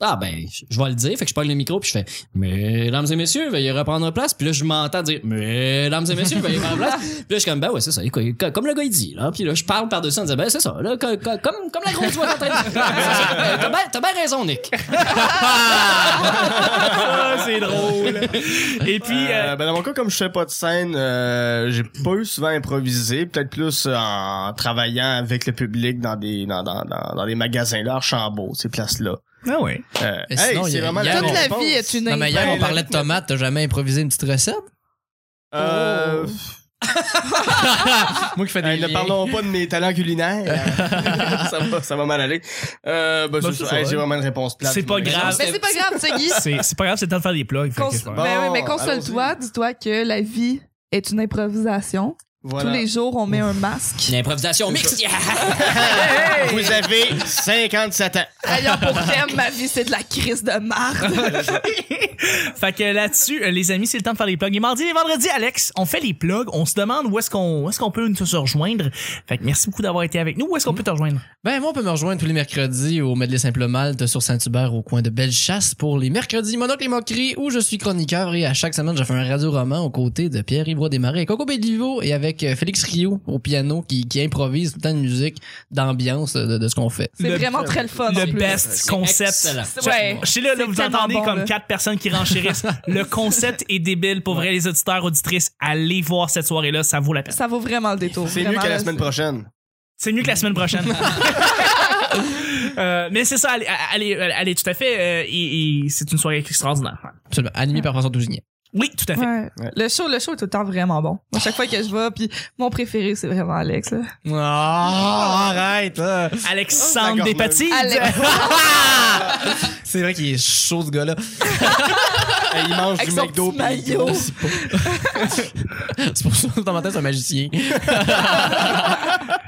S3: ah ben, je vais le dire, fait que je parle le micro puis je fais Mesdames et messieurs, veuillez reprendre place. Puis là, je m'entends dire Mesdames et messieurs, veuillez reprendre place. Puis là, je suis comme ben ouais, c'est ça, écoute, co- comme le gars il dit là. Puis là, je parle par-dessus en disant ben c'est ça, là, co- co- comme comme la grosse voix en train *laughs* de- Euh, T'as bien t'as bien raison, Nick.
S2: Ah, c'est drôle. Et puis, euh,
S6: Euh, ben dans mon cas, comme je fais pas de scène, euh, j'ai pas eu souvent improvisé, peut-être plus euh, en travaillant avec le public dans des dans, dans, dans, dans des magasins là, Archambault, ces places-là.
S2: ah ouais.
S6: Euh,
S4: Mais
S6: hey,
S4: sinon,
S6: c'est
S4: hier-
S6: vraiment
S4: hier,
S5: Toute
S4: on
S5: la
S6: réponse.
S5: vie est une
S4: non mais hier
S5: improv.
S4: on parlait de tomates t'as jamais improvisé une petite recette
S6: Euh,
S4: moi qui fais
S6: hey, Euh, ne parlons pas de mes talents culinaires. ça, va, ça va mal aller. Euh,
S2: Bah,
S6: ben, c'est
S2: c'est
S6: ça.
S2: ça,
S6: Hey,
S2: ouais.
S6: j'ai vraiment une réponse plate.
S2: C'est pas
S6: Mais-
S2: grave.
S5: Mais Ben, c'est pas grave, tu sais,
S2: *laughs*
S5: Guy.
S2: C'est c'est pas grave, c'est le temps de faire des plugs. fait que
S5: Cons-
S2: c'est pas grave.
S5: Ben oui,
S6: Bon,
S5: mais console-toi, dis-toi que la vie est une improvisation
S6: Voilà.
S5: Tous les jours, on met un
S2: *laughs*
S5: masque.
S3: L'improvisation mixte. yeah!
S6: Vous avez 57 ans.
S5: Ayant pour thème, ma vie, c'est de la crise de marde.
S2: *laughs* Fait que là-dessus, euh, les amis, c'est le temps de faire les plugs. Et mardi et vendredi, Alex, on fait les plugs. On se demande où est-ce qu'on où est-ce qu'on peut nous- se rejoindre. Fait que merci beaucoup d'avoir été avec nous. Où est-ce qu'on
S5: Mm.
S2: peut te rejoindre?
S4: Ben, moi, on peut me rejoindre tous les mercredis au Medley Simple Malte sur Saint-Hubert au coin de Bellechasse pour les mercredis Monocle et Moquerie où je suis chroniqueur et à chaque semaine, je fais un radio-roman aux côtés de Pierre-Yvois Desmarais et Coco Bellivo et avec euh, Félix Rio au piano qui, qui improvise tout le temps de musique, d'ambiance euh, de, de ce qu'on fait.
S5: C'est
S2: Le-
S5: vraiment très le fun. en
S2: Le
S5: plus.
S2: best concept.
S3: excellent.
S5: C'est- Ouais.
S2: Je sais là, là,
S5: C'est
S2: vous
S5: tellement
S2: entendez
S5: bon,
S2: comme
S5: là.
S2: quatre personnes
S5: *laughs*
S2: qui renchérissent. le concept est débile. Pour vrai, les auditeurs, auditrices, allez voir cette soirée-là. Ça vaut la peine.
S5: Ça vaut vraiment le détour.
S6: C'est mieux
S5: Vraiment,
S6: que la
S5: là,
S6: semaine prochaine.
S2: C'est mieux que la
S5: *laughs*
S2: semaine prochaine. Euh, mais c'est ça, allez, allez, allez, tout à fait. euh, et- et c'est une soirée extraordinaire.
S4: Absolument. Animé par François Tousignan.
S2: Oui, tout à fait.
S5: Ouais.
S6: Ouais.
S5: Le show, le show est tout le temps vraiment bon. À chaque fois que je vais, puis mon préféré, c'est vraiment Alex. là.
S4: Ah, arrête! là.
S6: Oh, la
S2: Alexandre
S6: gormeuse.
S2: Despatie.
S5: Alex,
S4: C'est vrai qu'il est chaud, ce gars-là.
S6: Hey, il mange
S5: avec
S6: du
S5: son
S6: McDo.
S5: petit maillot.
S4: C'est pour ça que dans ma tête, c'est un magicien.
S2: *laughs*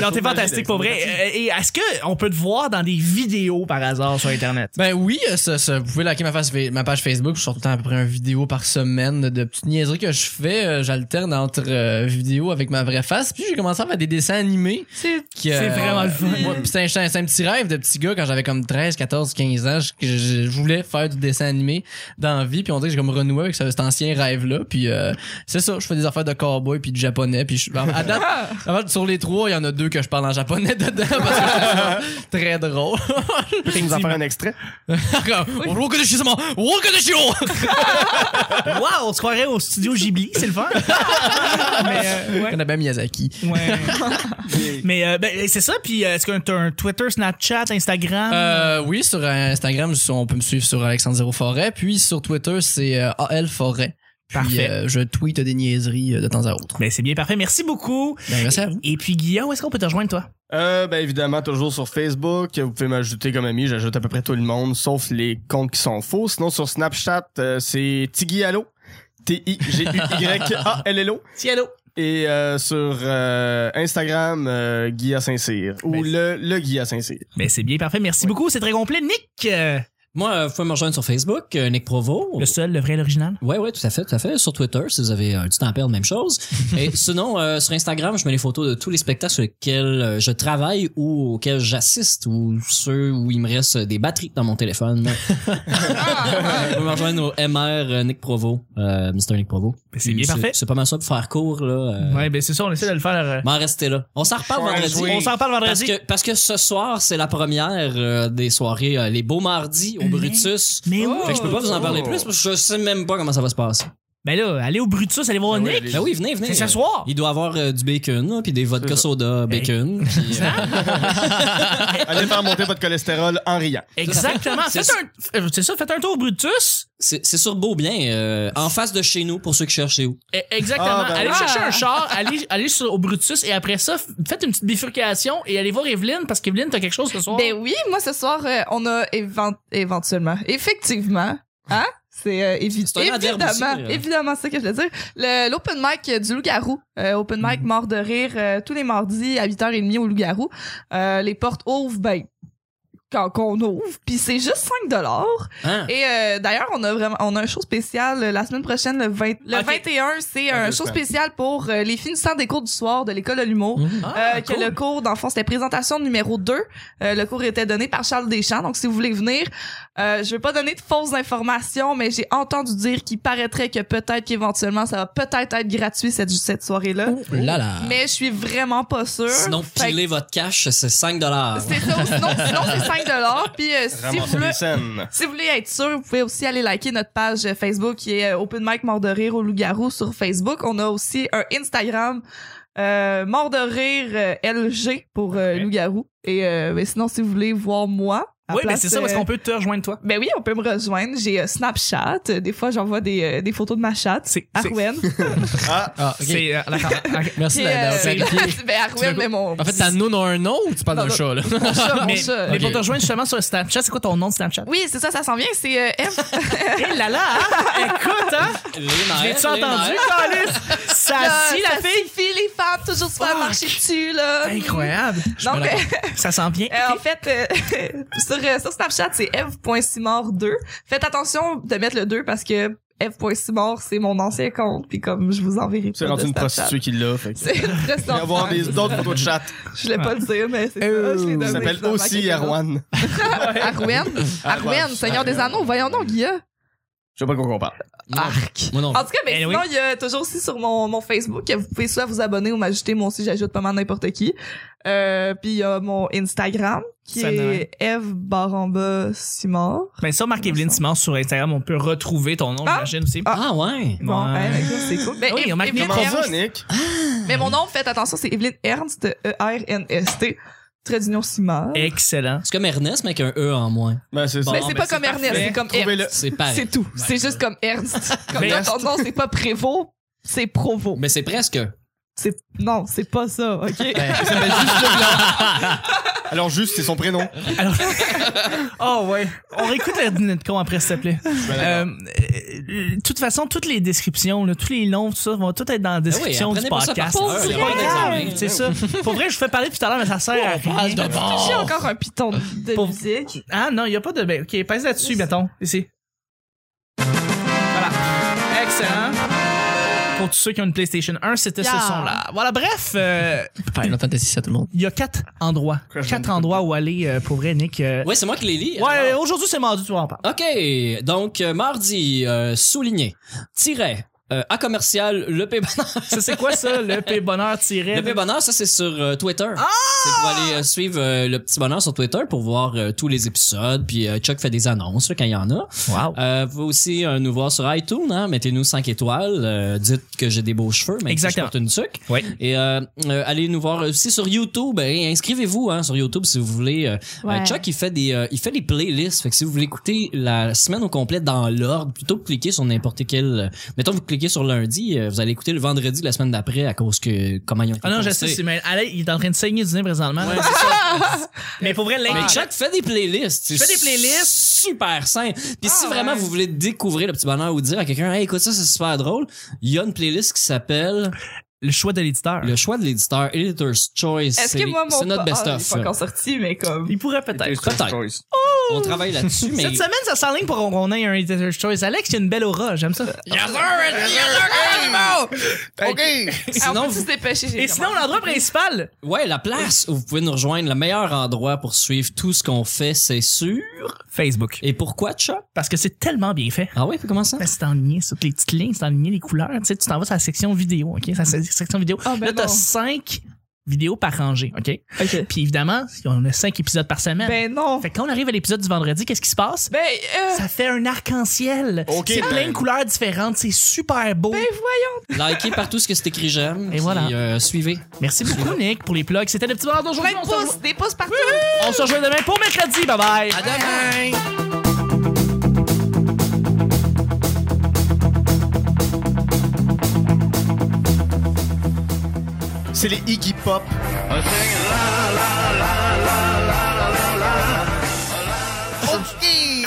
S2: Non, t'es fantastique pour vrai. Euh, Et est-ce que on peut te voir dans des vidéos par hasard sur Internet?
S3: *laughs*
S4: Ben oui, euh, ça, ça, vous pouvez liker ma, face- ma page Facebook. Je sors tout le temps à peu près une vidéo par semaine de petites niaiseries que je fais. Euh, J'alterne entre euh, vidéos avec ma vraie face. Puis j'ai commencé à faire des dessins animés.
S5: c'est
S4: qui,
S2: C'est
S4: euh,
S2: vraiment le fun.
S4: moi, puis c'est un, c'est un petit rêve de petit gars quand j'avais comme 13, 14, 15 ans. Je, je- je voulais faire du dessin animé dans la vie. Puis on dirait que j'ai comme renoué avec ce- cet ancien rêve-là. Puis euh, c'est ça, je fais des affaires de cowboy puis de japonais. Puis je, à
S2: *laughs*
S4: date, à date, sur les trois, il y en a deux que je parle en japonais dedans parce que
S2: *laughs*
S4: je trouve ça très drôle.
S6: Peux-tu nous en faire un extrait?
S4: Rokodoshisama! Rokodoshiyo!
S2: Wow, on se croirait au studio Ghibli, c'est le fun. *laughs* mais euh, ouais.
S4: Kanabe Miyazaki.
S2: Ouais. mais euh, ben, c'est ça, puis euh, est-ce que t'as un Twitter, Snapchat,
S3: Ah,
S2: Instagram?
S4: Euh, oui, sur Instagram, sur- on peut me suivre sur Alexandre Zéro Forêt. Puis sur Twitter, c'est euh, AL Forêt. Puis,
S2: Parfait.
S4: euh, je tweete des niaiseries euh, de temps à autre.
S2: Ben, c'est bien parfait, merci beaucoup.
S4: Ben, merci à vous.
S2: Et puis Guillaume, où est-ce qu'on peut te rejoindre toi?
S6: Euh, ben évidemment, toujours sur Facebook. Vous pouvez m'ajouter comme ami. J'ajoute à peu près tout le monde, sauf les comptes qui sont faux. Sinon, sur Snapchat, euh, c'est Tiggy Allo. T-I-G-U-Y-A-L-L-O.
S2: Ciao.
S6: Et euh, sur euh, Instagram, euh, Guy à Saint-Cyr. Ou le, le Guy à Saint-Cyr.
S2: Ben, c'est bien parfait, merci beaucoup, c'est très complet. Nick, euh,
S3: Moi, euh, vous pouvez me rejoindre sur Facebook, euh, Nick Provo.
S2: le seul, le vrai, l'original.
S3: Ouais, ouais, tout à fait, tout à fait. Sur Twitter, si vous avez euh, du temps à perdre,
S2: *laughs*
S3: même chose. Et sinon, euh, sur Instagram, je mets les photos de tous les spectacles sur lesquels euh, je travaille ou auxquels j'assiste ou ceux où il me reste euh, des batteries dans
S2: *laughs*
S3: mon téléphone. Vous pouvez me rejoindre au MR euh, Nick Provo, euh, Mr. Nick Provo.
S2: Ben, c'est bien parfait.
S3: C'est pas mal ça pour faire court, là. euh,
S2: Ouais, ben c'est ça, on essaie de le faire. euh,
S3: M'en rester là. On s'en reparle vendredi.
S2: On s'en parle
S3: Parce
S2: vendredi.
S3: que, parce que ce soir, c'est la première euh, des soirées, euh, les beaux mardis au
S2: Mais-
S3: Brutus.
S2: Mais
S5: Oh.
S3: Fait que je peux pas vous en parler
S6: Oh.
S3: plus parce que je sais même pas comment ça va se passer.
S2: Ben là, allez au Brutus, allez voir
S6: Ah ouais,
S2: Nick.
S6: allez.
S3: Ben oui, venez, venez.
S2: C'est ce soir.
S3: Il doit avoir euh, du bacon, là, puis des vodka
S6: C'est ça.
S3: soda bacon. puis, euh,
S6: Allez faire monter votre cholestérol
S2: *laughs*
S6: en riant.
S2: Exactement.
S3: C'est
S2: Faites
S3: ça.
S2: un, euh, c'est ça, faites un tour au Brutus.
S3: c'est c'est sur Beau Bien, euh, en face de chez nous, pour ceux qui cherchent chez vous.
S2: Eh, Exactement.
S6: Ah, ben
S2: allez
S5: oui.
S2: chercher
S5: Ah. *laughs*
S2: un char, allez, allez sur, au Brutus et après ça, f- faites une petite bifurcation et allez voir Evelyne parce qu'Evelyne, t'as quelque chose ce soir.
S5: Ben oui, moi ce soir, euh, on a évent- éventuellement, effectivement, hein? C'est euh, évi-
S3: C'est un adverbe
S5: évidemment,
S3: aussi, euh.
S5: évidemment, c'est ça que je veux dire. Le- L'open mic euh, du Loup-Garou, euh, open mic mort de rire, euh, tous les mardis à 8h30 au Loup-Garou. Euh, les portes ouvrent, ben, quand qu'on ouvre, puis c'est juste 5 dollars.
S3: Hein?
S5: Et euh, d'ailleurs, on a vraiment on a un show spécial euh, la semaine prochaine le 20 le
S2: Ok.
S5: 21, c'est
S6: Dans
S5: un
S6: deux
S5: show
S6: semaines.
S5: spécial pour euh, les finissants des cours du soir de l'école de l'humour.
S2: Ah,
S5: Euh, que
S2: cool.
S5: le cours, dans le fond, c'était présentation numéro 2. Euh, le cours était donné par Charles Deschamps. Donc, si vous voulez venir, euh, je vais pas donner de fausses informations, mais j'ai entendu dire qu'il paraîtrait que peut-être qu'éventuellement, ça va peut-être être gratuit cette, cette soirée-là.
S4: Là, là.
S5: Mais je suis vraiment pas sûre.
S3: Sinon,
S5: Fait que
S3: pilez votre cash, c'est 5
S5: C'est ça. ou Sinon, sinon c'est 5 Puis, euh, si vous
S6: Ramasser
S5: voulez...
S6: les scènes.
S5: Si vous voulez être sûr, vous pouvez aussi aller liker notre page Facebook qui est euh, Open Mic Mort de Rire au Loup-Garou sur Facebook. On a aussi un Instagram euh, ben, Mort de Rire euh, LG pour euh, Loup-Garou. Et euh, mais sinon, si vous voulez voir moi, à la
S2: Oui, mais
S5: place,
S2: c'est ça, où est-ce
S5: euh,
S2: qu'on peut te rejoindre, toi?
S5: Ben oui, on peut me rejoindre. J'ai euh, Snapchat. Euh, Des fois, j'envoie des, euh, des photos de ma chatte.
S2: C'est- c'est- *laughs*
S5: Arwen.
S6: Ah,
S4: Ah, ok.
S2: C'est. euh, d'accord. *laughs* Ok.
S4: *laughs* Merci
S5: Puis,
S4: d'avoir
S5: euh,
S4: clarifié.
S5: *laughs* ben Arwen, mais mon,
S4: En fait, ta noun a un nom ou tu parles d'un
S5: Non,
S4: chat, là?
S5: mon chat, mon
S2: mais,
S5: chat.
S2: mais
S4: Ok.
S2: pour te rejoindre justement sur Snapchat, c'est quoi ton nom de Snapchat?
S5: Oui, c'est ça, ça s'en vient. C'est euh, F.
S2: Hé Eh là là! *laughs* Écoute, hein! J'ai-tu entendu, Calice? Ça
S5: là,
S2: scie Ah, la
S5: ça
S2: fille!
S5: suffit, les femmes, toujours se faire
S2: Fuck.
S5: marcher dessus, là.
S2: Incroyable!
S5: Non, mais
S2: *laughs* Ça Ah. s'en vient.
S5: *laughs* euh, en fait, euh, *laughs* sur, euh, sur Snapchat, c'est Eve.simard2. Faites attention de mettre le 2 parce que Eve.simard, c'est mon ancien compte. Puis comme je vous enverrai
S6: c'est
S5: pas
S6: rendu
S5: de
S6: une
S5: Snapchat.
S6: prostituée qui l'a.
S5: *laughs*
S6: Fait.
S5: C'est une
S6: Il va y avoir
S5: prostituée.
S6: des- d'autres photos de chat.
S5: Je voulais pas le dire, mais c'est ça. Je l'ai
S6: Ça
S5: donné
S6: s'appelle
S5: finalement à
S6: aussi
S5: quelqu'un d'autre.
S6: Erwan.
S5: *laughs* Arwen. Arwen, Seigneur des Anneaux. Voyons donc, Guilla.
S6: Je sais pas de quoi qu'on parle.
S3: Arc. Moi *laughs* non.
S5: En tout cas, mais
S2: Anyway.
S5: sinon, il y a toujours aussi sur mon, mon Facebook, vous pouvez soit vous abonner ou m'ajouter, moi aussi, j'ajoute pas mal n'importe qui. Euh, puis il y a mon Instagram, qui
S2: Ça
S5: est Eve Baramba Simard.
S2: Mais ça, Marc-Evelyne Simon sur Instagram, on peut retrouver ton nom,
S5: Ah.
S2: j'imagine aussi.
S3: Ah ouais.
S5: Bon,
S2: Ouais.
S5: ben, d'accord, c'est cool. Mais,
S2: Oui, on
S5: Eve-
S2: marque
S5: Evelyne
S6: Comment ça,
S5: Ernst-
S6: Nick?
S5: mais mon nom, faites attention, c'est Evelyne Ernst, euh, E E-R-N-S-T, trait d'union Simard.
S2: Excellent.
S3: C'est comme Ernest, mais avec un E en moins.
S6: Ben, c'est ça.
S5: Mais
S3: bon,
S5: c'est
S3: ben,
S5: pas
S3: c'est
S5: comme Ernest,
S6: parfait.
S5: c'est comme
S6: Trouvez-le.
S5: Ernst.
S3: C'est pareil.
S5: C'est tout. C'est juste comme Ernst. Comme toi, ton nom, c'est pas Prévost, c'est Provo.
S3: Mais c'est presque.
S5: C'est, non, c'est pas ça, ok?
S6: Il s'appelle juste Leblanc. Alors, juste, c'est son prénom.
S5: Euh,
S2: Oh ouais. On réécoute la dînette de con après, s'il te plaît. Euh, euh, de toute façon, toutes les descriptions, là, tous les noms, tout ça, vont tout être dans la description
S3: Ah apprenez
S2: du
S3: pas ça
S2: podcast.
S3: par cœur,
S2: C'est
S3: là,
S2: pas
S3: on est
S2: grave,
S3: examen.
S2: C'est ça. Pour vrai, je vous fais parler tout à l'heure, mais ça sert à rien.
S4: de
S5: J'ai encore un piton de
S2: Pour-
S5: musique.
S2: Ah non, il y a pas de. ben, Ok, pèse là-dessus, mettons. Ici. Voilà. Excellent. Pour tous ceux qui ont une PlayStation 1, c'était
S5: Yeah.
S2: ce son-là. Voilà, bref, euh,
S4: Enfin, longtemps t'as dit ça, tout le monde.
S2: il y a quatre endroits.
S6: Crash
S2: quatre
S6: Bandicoot.
S2: endroits où aller euh, pour vrai, Nick. euh.
S3: Ouais, c'est moi qui les lis.
S2: Ouais,
S3: Alors,
S2: aujourd'hui, c'est mardi, tu vas en parler.
S3: OK. Donc, euh, mardi, euh, souligné. Tiret. euh, à commercial, le P bonheur.
S2: Ça, c'est quoi ça, le P bonheur tiré?
S3: Le P bonheur, ça c'est sur euh, Twitter. c'est pour aller euh, suivre euh, le petit bonheur sur Twitter pour voir euh, tous les épisodes. Puis euh, Chuck fait des annonces là, quand il y en a.
S2: Wow.
S3: Euh, vous pouvez aussi euh, nous voir sur iTunes, hein? mettez-nous 5 étoiles, euh, dites que j'ai des beaux cheveux, mais que je
S2: Exactement.
S3: porte une tuque.
S2: Oui.
S3: Et euh, euh, allez nous voir aussi sur YouTube, et inscrivez-vous hein, sur YouTube si vous voulez. Euh,
S1: Ouais.
S3: euh, Chuck il fait des euh, il fait des playlists, fait que si vous voulez écouter la semaine au complet dans l'ordre, plutôt que cliquer sur n'importe quel euh, mettons vous cliquez sur lundi, euh, vous allez écouter le vendredi la semaine d'après à cause que comment ils ont été
S2: Ah non, je
S3: postés.
S2: sais, c'est- mais allez, il est en train de saigner du nez présentement. *laughs* mais pour vrai,
S3: Mais
S2: l'inquiète.
S3: Chuck fait des playlists.
S2: Je
S3: C'est
S2: fais des playlists.
S3: Super simple. Puis si
S5: Ah,
S3: vraiment
S5: ouais.
S3: vous voulez découvrir le petit bonheur ou dire à quelqu'un, hey, écoute ça, c'est super drôle, il y a une playlist qui s'appelle
S2: Le choix de l'éditeur.
S3: Le choix de l'éditeur, Editor's Choice.
S5: Est-ce
S3: C'est-
S5: que moi, mon
S3: C'est notre
S5: pa- ah,
S3: best-of.
S5: il est pas encore sorti, mais comme.
S2: Il pourrait peut-être.
S3: Peut-être. On travaille là-dessus,
S4: *laughs*
S3: mais.
S2: Cette semaine, ça s'enligne pour qu'on ait un Editor's Choice. Alex, il y a une belle aura, j'aime ça.
S7: Yes, sir! Yes, sir! Animal! OK!
S5: Ah,
S3: Sinon,
S5: on peut se dépêcher, j'ai
S2: Et sinon,
S5: vraiment-
S2: l'endroit principal,
S3: ouais, la place où vous pouvez nous rejoindre, le meilleur endroit pour suivre tout ce qu'on fait, c'est sûr.
S2: Facebook.
S3: Et pourquoi, Chuck?
S2: Parce que c'est tellement bien fait.
S3: Ah ouais, puis
S4: *laughs*
S3: comment ça?
S2: Ben, C'est enligné, ça. Les petites lignes, c'est enligné, les couleurs. Tu sais, tu t'en vas sur la section vidéo, OK? Ça, c'est la section vidéo.
S5: Ah, ben
S2: Là, t'as
S5: non.
S2: cinq vidéos par rangée, OK?
S5: Ok.
S2: Puis évidemment, on a cinq épisodes par semaine.
S5: Ben non.
S2: Fait que quand on arrive à l'épisode du vendredi, qu'est-ce qui se passe?
S5: Ben, euh,
S2: Ça fait un arc-en-ciel.
S6: Ok,
S2: c'est
S6: ben-
S2: plein de couleurs différentes. C'est super beau.
S5: ben voyons.
S3: Likez partout ce que c'est écrit j'aime.
S2: Et voilà.
S3: puis, euh, suivez.
S2: Merci beaucoup, Nick, pour les plugs. C'était le petit bonheur d'aujourd'hui.
S5: Plein de
S2: On se rejoint-
S5: pouces, des pouces partout.
S2: On se rejoint demain pour mercredi. Bye bye.
S4: À demain!
S6: C'est les Iggy Pop.
S7: OK!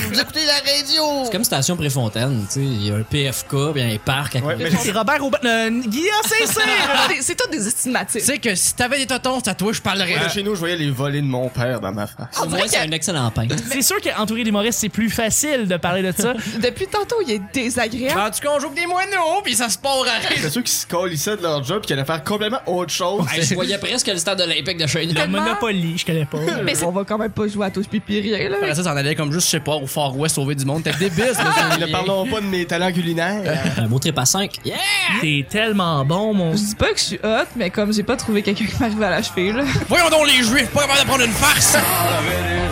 S7: Vous écoutez la radio!
S3: C'est comme Station Préfontaine, tu sais. Il y a un PFK, puis il y a un parc à
S6: Ouais,
S3: côté.
S6: mais
S2: C'est Robert Aubin. Euh, Guillaume Saint-Cyr.
S5: C'est- Ben, C'est tout des
S4: Tu
S5: estimatifs.
S4: sais que si t'avais des tontons, c'est à toi, je parlerais.
S6: chez nous, je voyais les volets de mon père dans ma face.
S5: On
S3: Moi,
S5: dirait
S3: c'est
S5: que
S3: un excellent peintre.
S2: C'est sûr qu'entouré d'humoristes, c'est plus facile de parler de ça.
S5: depuis tantôt, il est désagréable.
S4: *laughs* En tout cas, on joue avec des moineaux, puis ça se part à rire.
S6: C'est ceux qui se colissaient de leur job et qui allaient faire complètement autre chose.
S3: Hey, je voyais presque le stade olympique de Chine.
S2: Le Monopoly, je connais pas.
S5: Mais c'est- on va quand même pas jouer à touche pipi rien, là.
S4: Après ça, t'en allais comme juste, je sais pas, au Far West sauver du monde. T'es débile,
S3: *laughs*
S6: Ne parlons pas de mes talents culinaires.
S3: Un beau Euh, trip à 5. Yeah!
S2: T'es tellement bon, mon.
S5: Je dis pas que je suis hot, mais comme j'ai pas trouvé quelqu'un qui m'arrive à la cheville, là.
S4: Voyons donc les juifs, pas capable de prendre une farce!
S6: Ah, ben, euh,